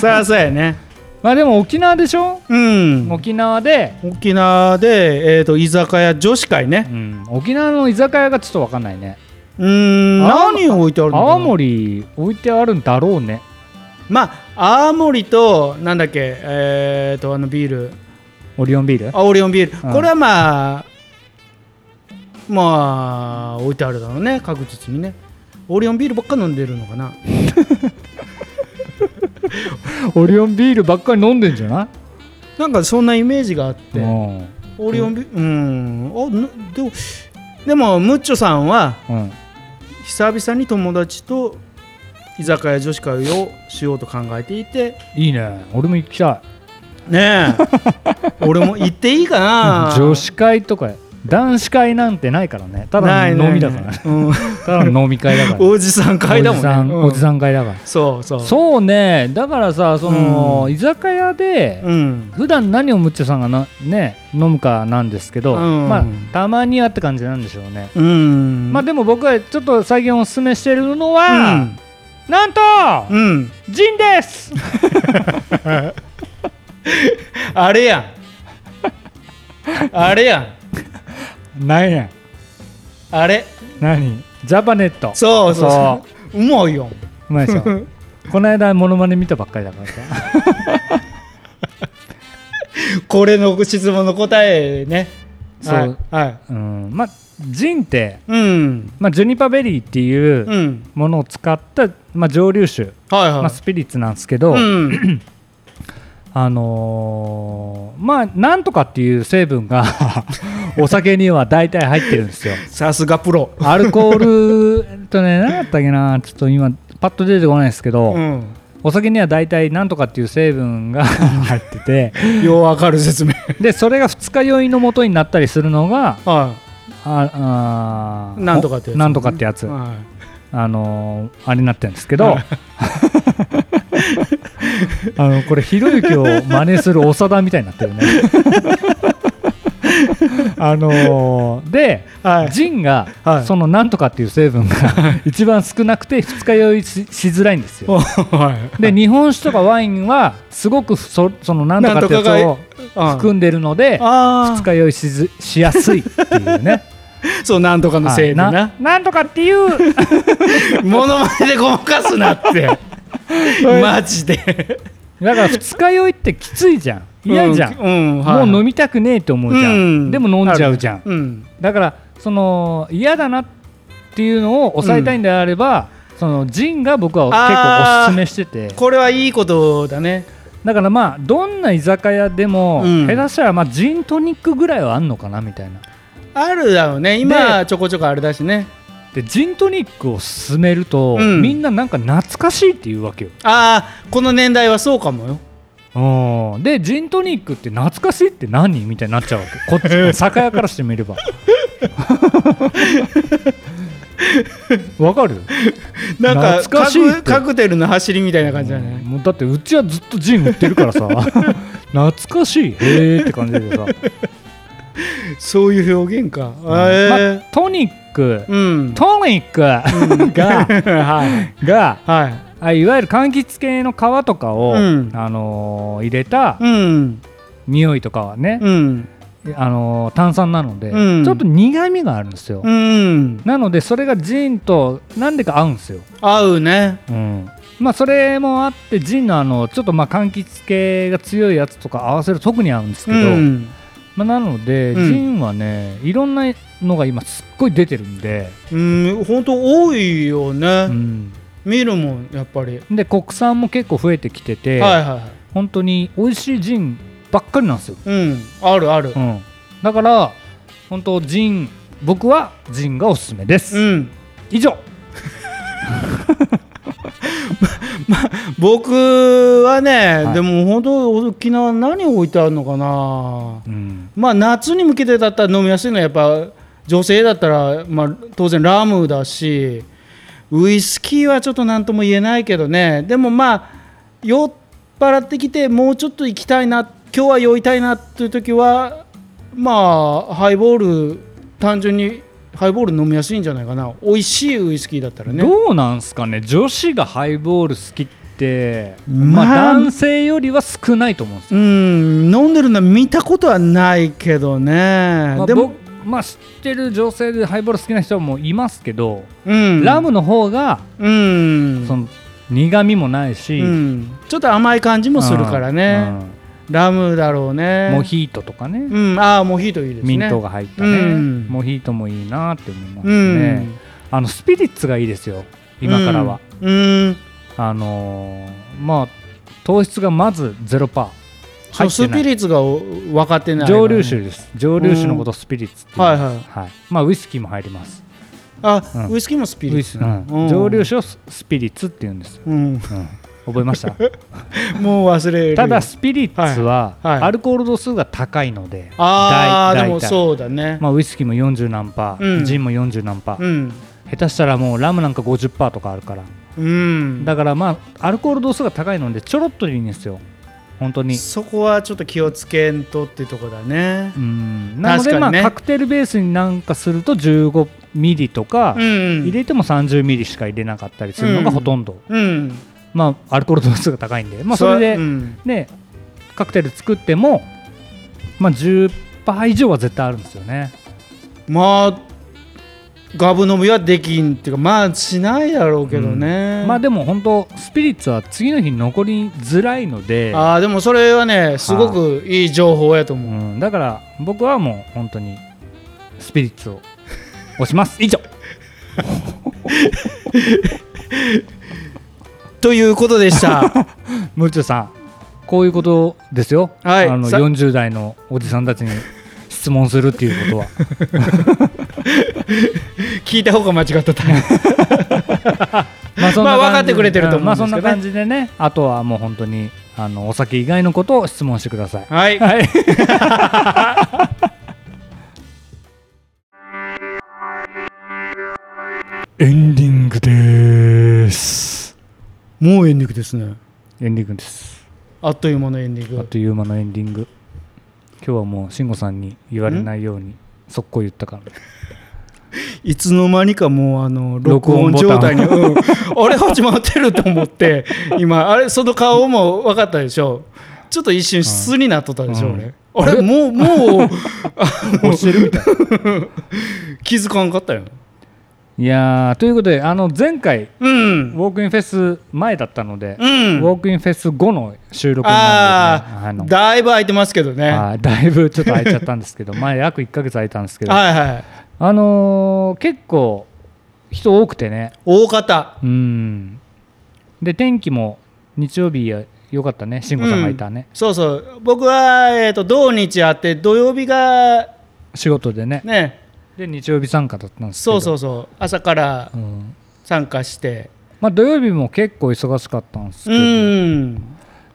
[SPEAKER 2] さあそうやね
[SPEAKER 1] まあでも沖縄でしょ、
[SPEAKER 2] うん
[SPEAKER 1] 沖縄で、
[SPEAKER 2] 沖縄で、えー、と居酒屋女子会
[SPEAKER 1] う
[SPEAKER 2] ね
[SPEAKER 1] ん、沖縄の居酒屋がちょっと分かんないね
[SPEAKER 2] うーん
[SPEAKER 1] あ
[SPEAKER 2] 何を置いてあるのかな
[SPEAKER 1] 泡盛置いてあるんだろうね
[SPEAKER 2] まあ泡盛となんだっけえー、とあのビール
[SPEAKER 1] オリオンビール
[SPEAKER 2] あオリオンビール、
[SPEAKER 1] うん
[SPEAKER 2] これはまあまあ置いてあるだろうね確実にねオリオンビールばっか飲んでるのかな
[SPEAKER 1] オリオンビールばっかり飲んでんじゃない
[SPEAKER 2] なんかそんなイメージがあって
[SPEAKER 1] うん
[SPEAKER 2] オリオンビールうんあなでもでもムッチョさんは
[SPEAKER 1] うん
[SPEAKER 2] 久々に友達と居酒屋女子会をしようと考えていて
[SPEAKER 1] いいね俺も行きたい
[SPEAKER 2] ね え俺も行っていいかな
[SPEAKER 1] 女子会とか男子会なんてないからねただ
[SPEAKER 2] ない
[SPEAKER 1] の
[SPEAKER 2] ない
[SPEAKER 1] 飲みだ からね
[SPEAKER 2] うん
[SPEAKER 1] ただの飲み会だからね
[SPEAKER 2] おじさん会だも
[SPEAKER 1] おじ
[SPEAKER 2] んね
[SPEAKER 1] さん、
[SPEAKER 2] う
[SPEAKER 1] おじさん会だから
[SPEAKER 2] そうそう
[SPEAKER 1] そうねだからさその、
[SPEAKER 2] うん
[SPEAKER 1] 居酒屋で、
[SPEAKER 2] うん
[SPEAKER 1] 普段何をむっちゃさんがな、ね、飲むかなんですけど、
[SPEAKER 2] うん
[SPEAKER 1] まあ、たまにはって感じなんでしょうね、
[SPEAKER 2] うん
[SPEAKER 1] まあでも僕はちょっと最近おすすめしてるのは、なんと、
[SPEAKER 2] うん、うん、
[SPEAKER 1] ジンです
[SPEAKER 2] あれやんあれやん
[SPEAKER 1] 何や
[SPEAKER 2] あれ
[SPEAKER 1] 何ジャパネット
[SPEAKER 2] そうそうそううまいよ
[SPEAKER 1] うまいでし ょこの間モノマネ見たばっかりだからさ
[SPEAKER 2] これの質問の答えね
[SPEAKER 1] そう
[SPEAKER 2] はい、はい、
[SPEAKER 1] うんまあジンって、
[SPEAKER 2] うん
[SPEAKER 1] まあ、ジュニパベリーっていう
[SPEAKER 2] うん
[SPEAKER 1] ものを使った、まあ、蒸留酒、
[SPEAKER 2] はいはい、
[SPEAKER 1] まあ、スピリッツなんですけど、
[SPEAKER 2] うん
[SPEAKER 1] あのーまあなんとかっていう成分 がお酒には大体入ってるんですよ
[SPEAKER 2] さすがプロ
[SPEAKER 1] アルコールえっとね何だったっけなちょっと今パッと出てこないですけど、
[SPEAKER 2] うん
[SPEAKER 1] お酒には大体なんとかっていう成分が 入ってて
[SPEAKER 2] ようわかる説明
[SPEAKER 1] でそれが二日酔いの元になったりするのがあ
[SPEAKER 2] は
[SPEAKER 1] あー
[SPEAKER 2] なんとかってやつ
[SPEAKER 1] なんとかってや
[SPEAKER 2] い、
[SPEAKER 1] つ、
[SPEAKER 2] は
[SPEAKER 1] あのーあれになってるんですけど あのこれひろゆきを真似する長田みたいになってるね
[SPEAKER 2] い、
[SPEAKER 1] あのーで、
[SPEAKER 2] はい
[SPEAKER 1] ジンが、
[SPEAKER 2] はい
[SPEAKER 1] そのなんとかっていう成分が一番少なくて二日酔いししづらいんですよ。
[SPEAKER 2] はい
[SPEAKER 1] で日本酒とかワインはすごくそそのなんとかってやつを
[SPEAKER 2] が
[SPEAKER 1] 含んでるので
[SPEAKER 2] あ
[SPEAKER 1] 二日酔いしずしやすいっていうね。
[SPEAKER 2] あそうなんとかのせいで
[SPEAKER 1] はい
[SPEAKER 2] な
[SPEAKER 1] なんとかっていう
[SPEAKER 2] モノマネでごまかすなって マジで
[SPEAKER 1] だから二日酔いってきついじゃん嫌じゃん、
[SPEAKER 2] ううんはい
[SPEAKER 1] もう飲みたくねえと思うじゃん、
[SPEAKER 2] うん
[SPEAKER 1] でも飲んじゃうじゃん
[SPEAKER 2] うん
[SPEAKER 1] だからその嫌だなっていうのを抑えたいんであれば、そのジンが僕は結構おすすめしてて
[SPEAKER 2] これはいいことだね
[SPEAKER 1] だからまあどんな居酒屋でも、
[SPEAKER 2] うん
[SPEAKER 1] 下手したらまあジントニックぐらいはあんのかなみたいな
[SPEAKER 2] あるだろうね今ちょこちょこあれだしね
[SPEAKER 1] でジントニックを勧めると、
[SPEAKER 2] うん
[SPEAKER 1] みんななんか懐かしいっていうわけよ
[SPEAKER 2] ああこの年代はそうかもよ
[SPEAKER 1] うんでジントニックって懐かしいって何みたいになっちゃうわけこっ ち酒屋からしてみればわかる
[SPEAKER 2] なんか
[SPEAKER 1] 懐かしいって
[SPEAKER 2] カクカクテルの走りみたいな感じだ
[SPEAKER 1] うん
[SPEAKER 2] ね
[SPEAKER 1] もうだってうちはずっとジン売ってる からさ懐かしいへえって感じだけどさ、
[SPEAKER 2] そういう表現か
[SPEAKER 1] まあ
[SPEAKER 2] ええ
[SPEAKER 1] トニック
[SPEAKER 2] うん
[SPEAKER 1] トニック が、
[SPEAKER 2] はい
[SPEAKER 1] が
[SPEAKER 2] はい
[SPEAKER 1] あいわゆる柑橘系の皮とかを、
[SPEAKER 2] うん
[SPEAKER 1] あのー入れた
[SPEAKER 2] うん
[SPEAKER 1] 匂いとかはね、
[SPEAKER 2] うん
[SPEAKER 1] あのー炭酸なので、
[SPEAKER 2] うん
[SPEAKER 1] ちょっと苦みがあるんですよ、
[SPEAKER 2] うん
[SPEAKER 1] なのでそれがジンとなんでか合うんですよ、
[SPEAKER 2] 合うね
[SPEAKER 1] うんまあ、それもあってジンのあのちょっとまあ柑橘系が強いやつとか合わせると特に合うんですけ
[SPEAKER 2] う
[SPEAKER 1] ど、
[SPEAKER 2] ん
[SPEAKER 1] まあ、なので、
[SPEAKER 2] うん
[SPEAKER 1] ジンはねいろんなのが今すっごい出てるんで、
[SPEAKER 2] うん本当多いよ
[SPEAKER 1] う
[SPEAKER 2] ね
[SPEAKER 1] ん
[SPEAKER 2] 見るもんやっぱり
[SPEAKER 1] で国産も結構増えてきてて、
[SPEAKER 2] はいは
[SPEAKER 1] 本当に美味しいジンばっかりなんですよ、
[SPEAKER 2] いうんあるある
[SPEAKER 1] うん、だから本当ジン僕はジンがおすすめです、
[SPEAKER 2] うん
[SPEAKER 1] 以上
[SPEAKER 2] 僕はね、
[SPEAKER 1] はい
[SPEAKER 2] でも本当沖縄何置いてあるのかな
[SPEAKER 1] うん、
[SPEAKER 2] まあ夏に向けてだったら飲みやすいのはやっぱ女性だったら、まあ、当然ラムだしウイスキーはちょっと何とも言えないけどねでもまあ酔っ払ってきてもうちょっと行きたいな今日は酔いたいなという時はまあハイボール単純にハイボール飲みやすいんじゃないかな美味しいウイスキーだったらね
[SPEAKER 1] どうなんすかね女子がハイボール好きって、
[SPEAKER 2] ま
[SPEAKER 1] ま
[SPEAKER 2] あ
[SPEAKER 1] あ、男性よりは少ないと思うんですよ、
[SPEAKER 2] うん飲んでるのは見たことはないけどね、
[SPEAKER 1] まあ、
[SPEAKER 2] でも
[SPEAKER 1] 僕、まあ、知ってる女性でハイボール好きな人もいますけど、
[SPEAKER 2] うん、
[SPEAKER 1] ラムの方が
[SPEAKER 2] うん
[SPEAKER 1] その苦みもないし、
[SPEAKER 2] うん、ちょっと甘い感じもするから
[SPEAKER 1] う
[SPEAKER 2] ね、
[SPEAKER 1] ん
[SPEAKER 2] ラムだろう
[SPEAKER 1] う
[SPEAKER 2] ね
[SPEAKER 1] んモヒートとかね、
[SPEAKER 2] うんああモヒートいいですね
[SPEAKER 1] ミントが入ったね、
[SPEAKER 2] うん
[SPEAKER 1] モヒートもいいなって思います
[SPEAKER 2] う
[SPEAKER 1] ね、
[SPEAKER 2] ん
[SPEAKER 1] あのスピリッツがいいですよ今からは、
[SPEAKER 2] うん、うん
[SPEAKER 1] あのーまあ糖質がまずゼロパー
[SPEAKER 2] そ
[SPEAKER 1] 入
[SPEAKER 2] う
[SPEAKER 1] って
[SPEAKER 2] ス
[SPEAKER 1] な
[SPEAKER 2] ピ
[SPEAKER 1] い
[SPEAKER 2] リッツが分かってないからね、
[SPEAKER 1] 蒸留酒です蒸留酒のことをスピリッツって言います
[SPEAKER 2] はいはい
[SPEAKER 1] はいまあウイスキーも入ります
[SPEAKER 2] あ、
[SPEAKER 1] うん
[SPEAKER 2] ウイスキーもスピリッツ
[SPEAKER 1] ウイスうん蒸留酒をススピリッツって言うんです、
[SPEAKER 2] うん、
[SPEAKER 1] うん覚えました
[SPEAKER 2] もう忘れる
[SPEAKER 1] ただスピリッツは
[SPEAKER 2] はいはい
[SPEAKER 1] アルコール度数が高いので、
[SPEAKER 2] ああ
[SPEAKER 1] だい
[SPEAKER 2] で
[SPEAKER 1] だ
[SPEAKER 2] も
[SPEAKER 1] いたい
[SPEAKER 2] そうだね、
[SPEAKER 1] まあ、ウイスキーも40何パー、
[SPEAKER 2] うん
[SPEAKER 1] ジンも40何パー、
[SPEAKER 2] うん
[SPEAKER 1] 下手したらもうラムなんか50パーとかあるから
[SPEAKER 2] うん
[SPEAKER 1] だからまあアルコール度数が高いのでちょろっとでいいんですよ本当に
[SPEAKER 2] そこはちょっと気をつけんとってとこだね
[SPEAKER 1] うんなので
[SPEAKER 2] 確
[SPEAKER 1] ま
[SPEAKER 2] か
[SPEAKER 1] あ
[SPEAKER 2] にね
[SPEAKER 1] カクテルベースになんかすると15ミリとか
[SPEAKER 2] うんうん
[SPEAKER 1] 入れても30ミリしか入れなかったりするのがほとんど、
[SPEAKER 2] うん
[SPEAKER 1] まあアルコール度数が高いんでまあそれで
[SPEAKER 2] うん
[SPEAKER 1] ねカクテル作ってもまあ10パー以上は絶対あるんですよね
[SPEAKER 2] まあガブ飲みはできんっていうかまあしないだろうけどね、
[SPEAKER 1] まあでも本当スピリッツは次の日残りづらいので
[SPEAKER 2] あーでもそれはねすごくいい情報やと
[SPEAKER 1] う、
[SPEAKER 2] 思うん
[SPEAKER 1] だから僕はもう本当にスピリッツを押し ます以上
[SPEAKER 2] ということでした
[SPEAKER 1] ムルチョさんこういうことですよ、
[SPEAKER 2] はい
[SPEAKER 1] あの
[SPEAKER 2] さ
[SPEAKER 1] 40代のおじさんたちに質問するっていうことは
[SPEAKER 2] 聞いた方が間違ったタイ
[SPEAKER 1] まあそんな
[SPEAKER 2] ま
[SPEAKER 1] 感じ
[SPEAKER 2] あ分かってくれてると思うん
[SPEAKER 1] まあそん
[SPEAKER 2] で
[SPEAKER 1] な
[SPEAKER 2] すけどね
[SPEAKER 1] 感じでねあとはもう本当にあのお酒以外のことを質問してください
[SPEAKER 2] プはい
[SPEAKER 1] はい エンディングです
[SPEAKER 2] もうエンディングですね
[SPEAKER 1] エンディングです
[SPEAKER 2] あっという間のエンディン
[SPEAKER 1] あっ
[SPEAKER 2] グ
[SPEAKER 1] という間のエンディング今日はもう慎吾さんに言われないように速攻言ったから
[SPEAKER 2] いつの間にかもうあの
[SPEAKER 1] 録
[SPEAKER 2] 録
[SPEAKER 1] 音
[SPEAKER 2] 音
[SPEAKER 1] ボタン
[SPEAKER 2] 状態に、うん、 あれ始まってると思 って今あれその顔も分かったでしょちょっと一瞬質になっとったでしょ、
[SPEAKER 1] うん
[SPEAKER 2] 俺あれもう もう
[SPEAKER 1] 押してるみたいな。
[SPEAKER 2] 気づかんかったよ
[SPEAKER 1] いやーということであの前回
[SPEAKER 2] うん
[SPEAKER 1] ウォークインフェス前だったので、
[SPEAKER 2] う
[SPEAKER 1] ウォ
[SPEAKER 2] ん
[SPEAKER 1] ークインフェス後の収録なんで、ね、
[SPEAKER 2] ああだいぶ空いてますけどねは
[SPEAKER 1] はいだいぶちょっと空いちゃったんですけ ど前約1ヶ月空いたんですけ
[SPEAKER 2] い
[SPEAKER 1] ど
[SPEAKER 2] はい
[SPEAKER 1] あのー結構人多くてね
[SPEAKER 2] 大方
[SPEAKER 1] うんで天気も日曜日良かったね慎吾さんがいたね、
[SPEAKER 2] そうそう僕は、えー、と土日あって土曜日が
[SPEAKER 1] 仕事でね
[SPEAKER 2] ね
[SPEAKER 1] で日曜日参加だったんですけ
[SPEAKER 2] そ
[SPEAKER 1] ど
[SPEAKER 2] うそううそう朝から
[SPEAKER 1] ん
[SPEAKER 2] 参加して
[SPEAKER 1] まあ、土曜日も結構忙しかったんですけ
[SPEAKER 2] う
[SPEAKER 1] ど、
[SPEAKER 2] ん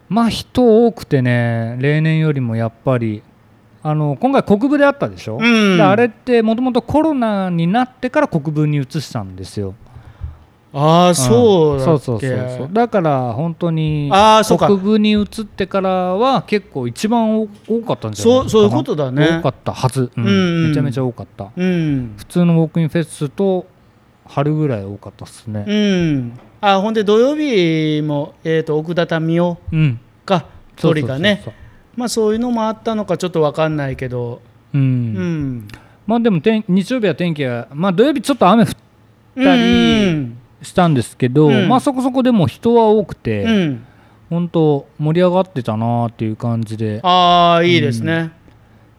[SPEAKER 1] まあ人多くてね例年よりもやっぱりあの今回国分であったでしょ、
[SPEAKER 2] うん
[SPEAKER 1] であれってもともとコロナになってから国分に移したんですよ
[SPEAKER 2] ああ
[SPEAKER 1] ん
[SPEAKER 2] そうだっけ
[SPEAKER 1] そうそうそうそうだから本当に
[SPEAKER 2] あーそうか
[SPEAKER 1] 国分に移ってからは結構一番多多かったんじゃないか
[SPEAKER 2] そう
[SPEAKER 1] な
[SPEAKER 2] そういうことだね
[SPEAKER 1] 多かったはず、うん
[SPEAKER 2] うんうん
[SPEAKER 1] めちゃめちゃ多かった
[SPEAKER 2] うん、
[SPEAKER 1] 普通のウォークインフェスと春ぐらい多かったっすね
[SPEAKER 2] うん、あほんで土曜日も、えー、と奥田民生
[SPEAKER 1] うん
[SPEAKER 2] か
[SPEAKER 1] そう
[SPEAKER 2] 鳥がね
[SPEAKER 1] そうそう
[SPEAKER 2] まあそういうのもあったのかちょっと分かんないけど
[SPEAKER 1] そう
[SPEAKER 2] う
[SPEAKER 1] うん
[SPEAKER 2] ん
[SPEAKER 1] まあでも天日曜日は天気が、まあ、土曜日ちょっと雨降ったり
[SPEAKER 2] うん
[SPEAKER 1] したんですけど、
[SPEAKER 2] うん
[SPEAKER 1] まあそこそこでも人は多くて、
[SPEAKER 2] うん、
[SPEAKER 1] 本当盛り上がってたなっていう感じで
[SPEAKER 2] ああいいですね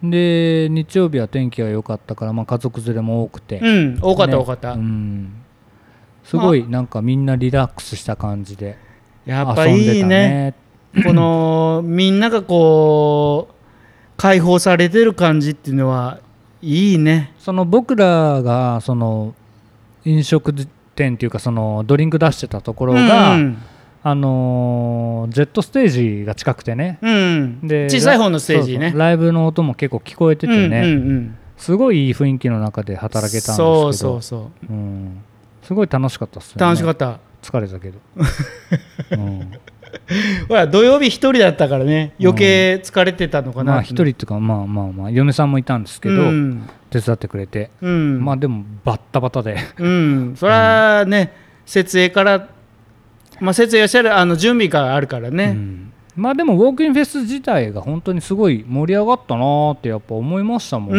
[SPEAKER 1] で日曜日は天気が良かったから、まあ、家族連れも多くて、
[SPEAKER 2] うん、多かった
[SPEAKER 1] ね
[SPEAKER 2] 多かった、
[SPEAKER 1] うんすごいなんかみんなリラックスした感じで
[SPEAKER 2] やっぱいいねこのみんながこう解放されてる感じっていうのはいいね
[SPEAKER 1] その僕らがその飲食店っていうかそのドリンク出してたところが、
[SPEAKER 2] うん
[SPEAKER 1] あのージェットステージが近くてね
[SPEAKER 2] うん、
[SPEAKER 1] で
[SPEAKER 2] 小さい方のステージ
[SPEAKER 1] そう
[SPEAKER 2] ね
[SPEAKER 1] そうライブの音も結構聞こえててね、
[SPEAKER 2] うんうんうん、
[SPEAKER 1] すごいいい雰囲気の中で働けたんですけ
[SPEAKER 2] そ
[SPEAKER 1] ど
[SPEAKER 2] うそうそう
[SPEAKER 1] うん、すごい楽しかったっすよね
[SPEAKER 2] 楽しかった、
[SPEAKER 1] 疲れた けど、うん、
[SPEAKER 2] ほら土曜日一人だったからね余計疲れてたのかな
[SPEAKER 1] まあ一人っていうかまあまあまあ嫁さんもいたんですけど、
[SPEAKER 2] うん、
[SPEAKER 1] 手伝ってくれて、
[SPEAKER 2] うん
[SPEAKER 1] まあでもバッタバタで
[SPEAKER 2] うん、それはね設営から、まあ、設営をしてるあの準備があるから
[SPEAKER 1] う
[SPEAKER 2] ね、
[SPEAKER 1] んまあでもウォークインフェス自体が本当にすごい盛り上がったなーってやっぱ思いましたもんね、
[SPEAKER 2] う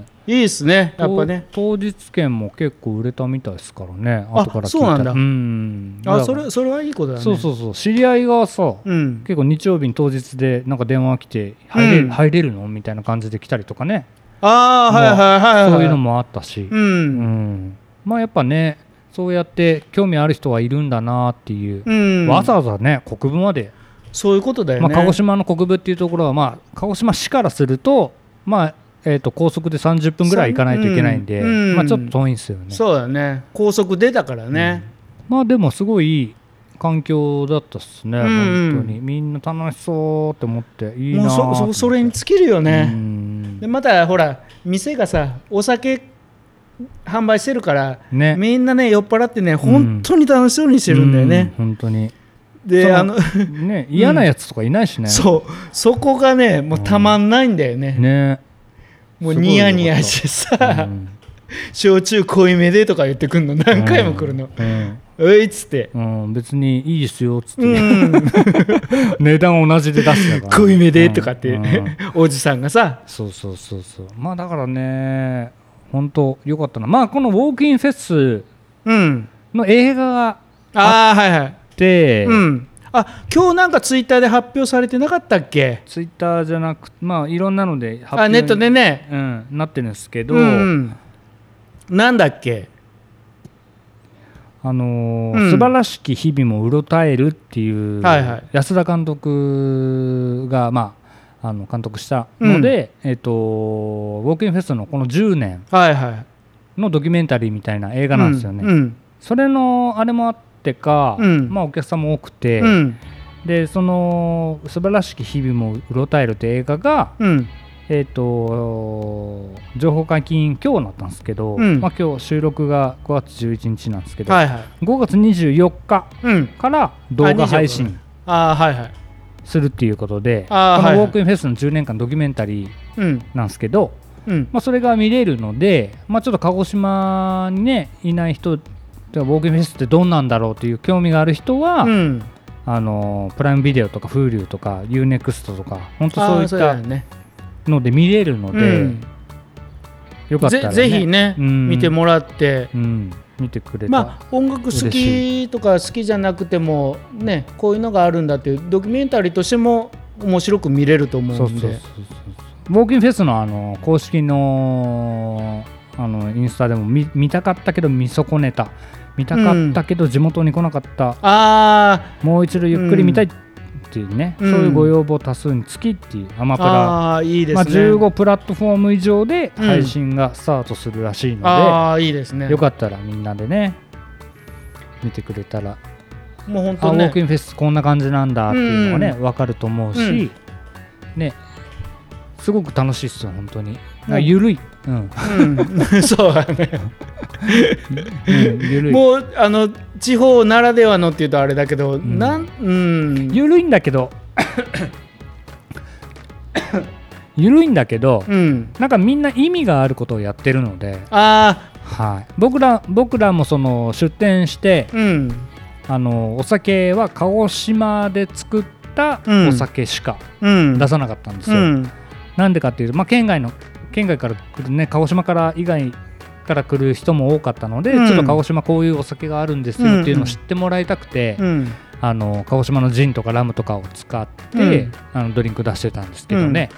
[SPEAKER 2] んいいですねやっぱね
[SPEAKER 1] 当当日券も結構売れたみたいですからね
[SPEAKER 2] あ
[SPEAKER 1] 後から聞いたら
[SPEAKER 2] そうなんだ
[SPEAKER 1] うんだか
[SPEAKER 2] あ
[SPEAKER 1] ら
[SPEAKER 2] それそれはいいことだね
[SPEAKER 1] そうそうそう知り合いがさ、
[SPEAKER 2] うん、
[SPEAKER 1] 結構日曜日に当日でなんか電話が来て入れ,、
[SPEAKER 2] うん
[SPEAKER 1] 入れるのみたいな感じで来たりとかね
[SPEAKER 2] ああはいはいはいはい
[SPEAKER 1] そういうのもあったし、う
[SPEAKER 2] う
[SPEAKER 1] ん
[SPEAKER 2] ん
[SPEAKER 1] まあやっぱねそうやって興味ある人はいるんだなっていう、
[SPEAKER 2] うん
[SPEAKER 1] わざわざね国分まで、
[SPEAKER 2] そういうことだよね、
[SPEAKER 1] まあ、鹿児島の国分っていうところは、まあ、鹿児島市からすると,、まあえー、と高速で30分ぐらい行かないといけないんで、
[SPEAKER 2] そううん
[SPEAKER 1] まあ、ちょっと遠いんですよね。
[SPEAKER 2] そうだね高速出たからね、
[SPEAKER 1] まあでもすごいいい環境だったっすね、
[SPEAKER 2] うんうん
[SPEAKER 1] 本当にみんな楽しそうって思っていいな
[SPEAKER 2] もう
[SPEAKER 1] ー
[SPEAKER 2] そそそれに尽きるよね、
[SPEAKER 1] うん
[SPEAKER 2] でまたほら店がさお酒販売してるから、
[SPEAKER 1] ね
[SPEAKER 2] みんなね酔っ払ってね本当に楽しそうにしてるんだよね、
[SPEAKER 1] う本当にそ
[SPEAKER 2] で
[SPEAKER 1] の
[SPEAKER 2] あの
[SPEAKER 1] ね嫌なやつとかいないしね、
[SPEAKER 2] そうそこがねもうたまんないんだよね、
[SPEAKER 1] ね
[SPEAKER 2] もうニヤニヤしてさ、焼酎濃いめでとか言ってくんの何回も来るの
[SPEAKER 1] う、ん、
[SPEAKER 2] うえいっつって、
[SPEAKER 1] うんうん別にいいですよっつって、
[SPEAKER 2] うん、
[SPEAKER 1] 値段同じで出してたから
[SPEAKER 2] 濃いめでとかって、
[SPEAKER 1] うんうん
[SPEAKER 2] おじさんがさ
[SPEAKER 1] そうそうそうそうまあだからね本当よかったなまあこのウォークインフェス
[SPEAKER 2] うん
[SPEAKER 1] の映画が
[SPEAKER 2] ああはいはい
[SPEAKER 1] あって、
[SPEAKER 2] うん、あ今日なんかツイッターで発表されてなかったっけ
[SPEAKER 1] ツイッターじゃなくまあいろんなので発
[SPEAKER 2] あネットでね、
[SPEAKER 1] うん、なってるんですけど、
[SPEAKER 2] うん、なんだっけ
[SPEAKER 1] あのー
[SPEAKER 2] うん
[SPEAKER 1] 素晴らしき日々もうろたえるっていう、
[SPEAKER 2] はいはい
[SPEAKER 1] 安田監督が、まあ、あの監督したので、えっとウォークインフェスのこの10年
[SPEAKER 2] はいはい
[SPEAKER 1] のドキュメンタリーみたいな映画なんですよね。
[SPEAKER 2] うん
[SPEAKER 1] それのあれもあってか、
[SPEAKER 2] うん
[SPEAKER 1] まあ、お客さんも多くて、
[SPEAKER 2] うん
[SPEAKER 1] でその素晴らしき日々もうろたえるって映画が、
[SPEAKER 2] うん
[SPEAKER 1] えっと情報解禁今日になったんですけど、
[SPEAKER 2] うん
[SPEAKER 1] まあ、今日収録が5月11日なんですけど、
[SPEAKER 2] はいはい
[SPEAKER 1] 5月24日
[SPEAKER 2] うん
[SPEAKER 1] から動画配
[SPEAKER 2] あ25
[SPEAKER 1] 信
[SPEAKER 2] あーはいはい
[SPEAKER 1] するっていうことでこ
[SPEAKER 2] あーはい
[SPEAKER 1] の
[SPEAKER 2] は
[SPEAKER 1] ウォ
[SPEAKER 2] い
[SPEAKER 1] ークインフェスの10年間ドキュメンタリー
[SPEAKER 2] うん
[SPEAKER 1] なんですけど
[SPEAKER 2] うん
[SPEAKER 1] まあ、それが見れるので、まあ、ちょっと鹿児島にねいない人てかボーゲンフェスってどんなんだろうという興味がある人は、
[SPEAKER 2] うん
[SPEAKER 1] あのプライムビデオとか Hulu とか UNEXT とか本当そうい
[SPEAKER 2] あ
[SPEAKER 1] っ
[SPEAKER 2] ーそうだよ
[SPEAKER 1] た
[SPEAKER 2] ね
[SPEAKER 1] ので見れるので、
[SPEAKER 2] うん
[SPEAKER 1] よかったら、
[SPEAKER 2] ぜ
[SPEAKER 1] ね、
[SPEAKER 2] ぜひね
[SPEAKER 1] うん
[SPEAKER 2] 見てもらって
[SPEAKER 1] うん、見てくれた、
[SPEAKER 2] まあ音楽好
[SPEAKER 1] 嬉し
[SPEAKER 2] きとか好きじゃなくてもねこういうのがあるんだっていうドキュメンタリーとしても面白く見れると思
[SPEAKER 1] そう
[SPEAKER 2] う
[SPEAKER 1] そ
[SPEAKER 2] ん
[SPEAKER 1] うそう
[SPEAKER 2] で
[SPEAKER 1] そうボーキンフェスのあの公式のあのインスタでも見見たかったけど見損ねた見たかったけど地元に来なかった、
[SPEAKER 2] あ
[SPEAKER 1] もう一度ゆっくり見たいっていうね、
[SPEAKER 2] うん
[SPEAKER 1] そういうご要望多数につきっていうアマ
[SPEAKER 2] ー
[SPEAKER 1] プラ、
[SPEAKER 2] あーいいで
[SPEAKER 1] まあ、
[SPEAKER 2] すね、
[SPEAKER 1] 15プラットフォーム以上で
[SPEAKER 2] うん
[SPEAKER 1] 配信がスタートするらしいので、
[SPEAKER 2] ああいいですね
[SPEAKER 1] よかったらみんなでね見てくれたら
[SPEAKER 2] もう本
[SPEAKER 1] あ
[SPEAKER 2] 当
[SPEAKER 1] ウォー
[SPEAKER 2] ね
[SPEAKER 1] クインフェスこんな感じなんだっていうのがね、
[SPEAKER 2] う
[SPEAKER 1] わかると思うし、
[SPEAKER 2] うん
[SPEAKER 1] ねすごく楽しいっすよ本当に
[SPEAKER 2] うん
[SPEAKER 1] ゆるい、うん
[SPEAKER 2] うんそうだね
[SPEAKER 1] うん、ゆるい
[SPEAKER 2] もうあの地方ならではのっていうとあれだけど、
[SPEAKER 1] ん
[SPEAKER 2] なんうん
[SPEAKER 1] ゆるいんだけどゆるいんだけど、
[SPEAKER 2] うん
[SPEAKER 1] なんかみんな意味があることをやってるので、
[SPEAKER 2] あ
[SPEAKER 1] はい、僕ら僕らもその出店して
[SPEAKER 2] ーうん
[SPEAKER 1] あのお酒は鹿児島で作った
[SPEAKER 2] うん
[SPEAKER 1] お酒しか
[SPEAKER 2] うん
[SPEAKER 1] 出さなかったんです
[SPEAKER 2] う
[SPEAKER 1] よ、
[SPEAKER 2] ん
[SPEAKER 1] なんでかっていうと、まあ、県外の県外から来るね鹿児島から以外から来る人も多かったので、
[SPEAKER 2] うん
[SPEAKER 1] ちょっと鹿児島こういうお酒があるんですよっていうのを知ってもらいたくて、
[SPEAKER 2] うん
[SPEAKER 1] あの鹿児島のジンとかラムとかを使って、
[SPEAKER 2] うん
[SPEAKER 1] あのドリンク出してたんですけどね、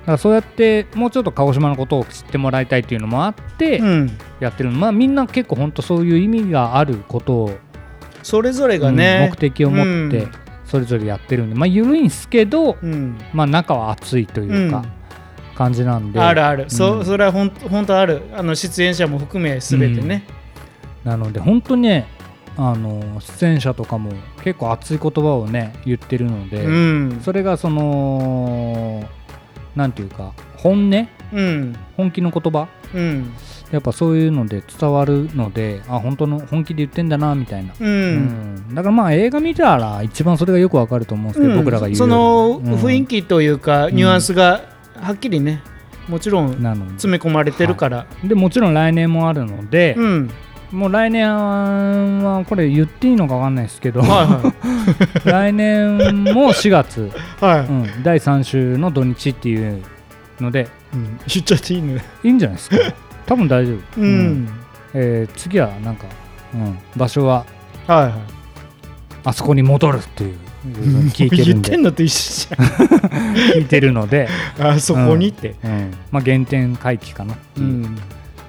[SPEAKER 1] だからそうやってもうちょっと鹿児島のことを知ってもらいたいっていうのもあって
[SPEAKER 2] うん
[SPEAKER 1] やってるの、まあみんな結構本当そういう意味があることを、
[SPEAKER 2] それぞれが
[SPEAKER 1] うん
[SPEAKER 2] ね
[SPEAKER 1] 目、的を持っ
[SPEAKER 2] う
[SPEAKER 1] て
[SPEAKER 2] ん
[SPEAKER 1] それぞれやってるんで、まあ緩いんですけど、
[SPEAKER 2] うん
[SPEAKER 1] まあ中は熱いというか
[SPEAKER 2] うん
[SPEAKER 1] 感じなんで、
[SPEAKER 2] あるある、
[SPEAKER 1] う
[SPEAKER 2] そ
[SPEAKER 1] ん
[SPEAKER 2] それはほん本当あるあの出演者も含め全てね、
[SPEAKER 1] なので本当にねあの出演者とかも結構熱い言葉をね言ってるので、
[SPEAKER 2] うん
[SPEAKER 1] それがそのなんていうか本音
[SPEAKER 2] うん
[SPEAKER 1] 本気の言葉
[SPEAKER 2] うん
[SPEAKER 1] やっぱそういうので伝わるのであ本当の本気で言ってんだなみたいな、
[SPEAKER 2] う
[SPEAKER 1] うんだからまあ映画見たら一番それがよくわかると思うんですけど、僕らが言う
[SPEAKER 2] その
[SPEAKER 1] うん
[SPEAKER 2] 雰囲気というか、ニュアンスがはっきりねもちろん
[SPEAKER 1] なので
[SPEAKER 2] 詰め込まれてるから、
[SPEAKER 1] でもちろん来年もあるので、
[SPEAKER 2] うん
[SPEAKER 1] もう来年はこれ言っていいのかわかんないですけど
[SPEAKER 2] は
[SPEAKER 1] 来年も4月
[SPEAKER 2] いはいは
[SPEAKER 1] うん、第3週の土日っていうので
[SPEAKER 2] い、うん、言っちゃっていいね
[SPEAKER 1] いいんじゃないです か多分大丈夫、
[SPEAKER 2] うん、
[SPEAKER 1] えー次はなんか、うん、場所は
[SPEAKER 2] はいはい
[SPEAKER 1] あそこに戻るっていう聞いてる
[SPEAKER 2] 言
[SPEAKER 1] ん
[SPEAKER 2] っ
[SPEAKER 1] で
[SPEAKER 2] てんのと一緒じ
[SPEAKER 1] 聞いてるので、
[SPEAKER 2] ゃん あそこにって
[SPEAKER 1] うんまあ、原点回帰かな、
[SPEAKER 2] うん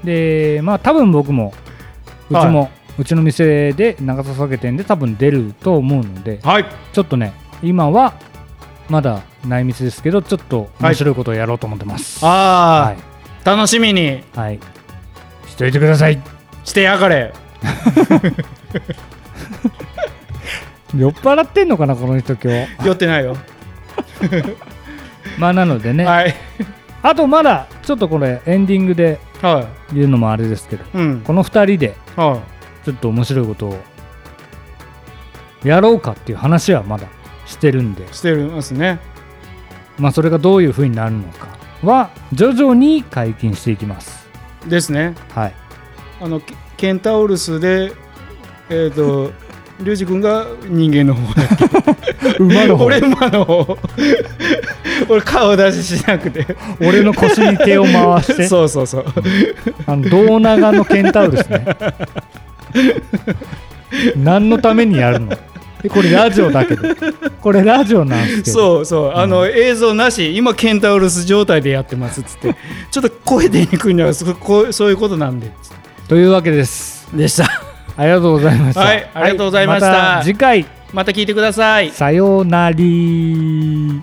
[SPEAKER 1] でまあ多分僕もう
[SPEAKER 2] はい
[SPEAKER 1] ちも、うちの店で長田酒店で多分出ると思うので
[SPEAKER 2] はい
[SPEAKER 1] ちょっとね今はまだ内密ですけどちょっと面白いことをやろうと思ってます、
[SPEAKER 2] ああ、
[SPEAKER 1] はい
[SPEAKER 2] 楽しみに
[SPEAKER 1] はい、しておいてください
[SPEAKER 2] してやがれ
[SPEAKER 1] 酔っ払ってんのかなこの人今日
[SPEAKER 2] 酔ってないよ、
[SPEAKER 1] まあなのでね、
[SPEAKER 2] はい
[SPEAKER 1] あとまだちょっとこれエンディングで
[SPEAKER 2] は
[SPEAKER 1] 言うのもあれですけど
[SPEAKER 2] いうん
[SPEAKER 1] この2人で
[SPEAKER 2] は
[SPEAKER 1] ちょっと面白いことをやろうかっていう話はまだしてるんで
[SPEAKER 2] い、してますね
[SPEAKER 1] まあ、それがどういう風になるのかは徐々に解禁していきます
[SPEAKER 2] ですね
[SPEAKER 1] はい
[SPEAKER 2] あのケケンタウルスでえっ、ー、 とリュウジ君が人間の方だっ
[SPEAKER 1] 馬
[SPEAKER 2] け
[SPEAKER 1] の方
[SPEAKER 2] 俺
[SPEAKER 1] 俺
[SPEAKER 2] 馬の方 俺顔出ししなくて
[SPEAKER 1] の腰に手を回して
[SPEAKER 2] そうそうそう
[SPEAKER 1] あの胴長のケンタウルス ね何のためにやるのえこれラジオだけどこれラジオなんですけど
[SPEAKER 2] そうそうあの、映像なし今ケンタウルス状態でやってますっつってちょっと声出にくいのはそこうそういうことなんでつっ
[SPEAKER 1] というわけです
[SPEAKER 2] てでした
[SPEAKER 1] ありがとうございました
[SPEAKER 2] はいありがとうございました
[SPEAKER 1] はまた次回
[SPEAKER 2] また聞いてください
[SPEAKER 1] さようなり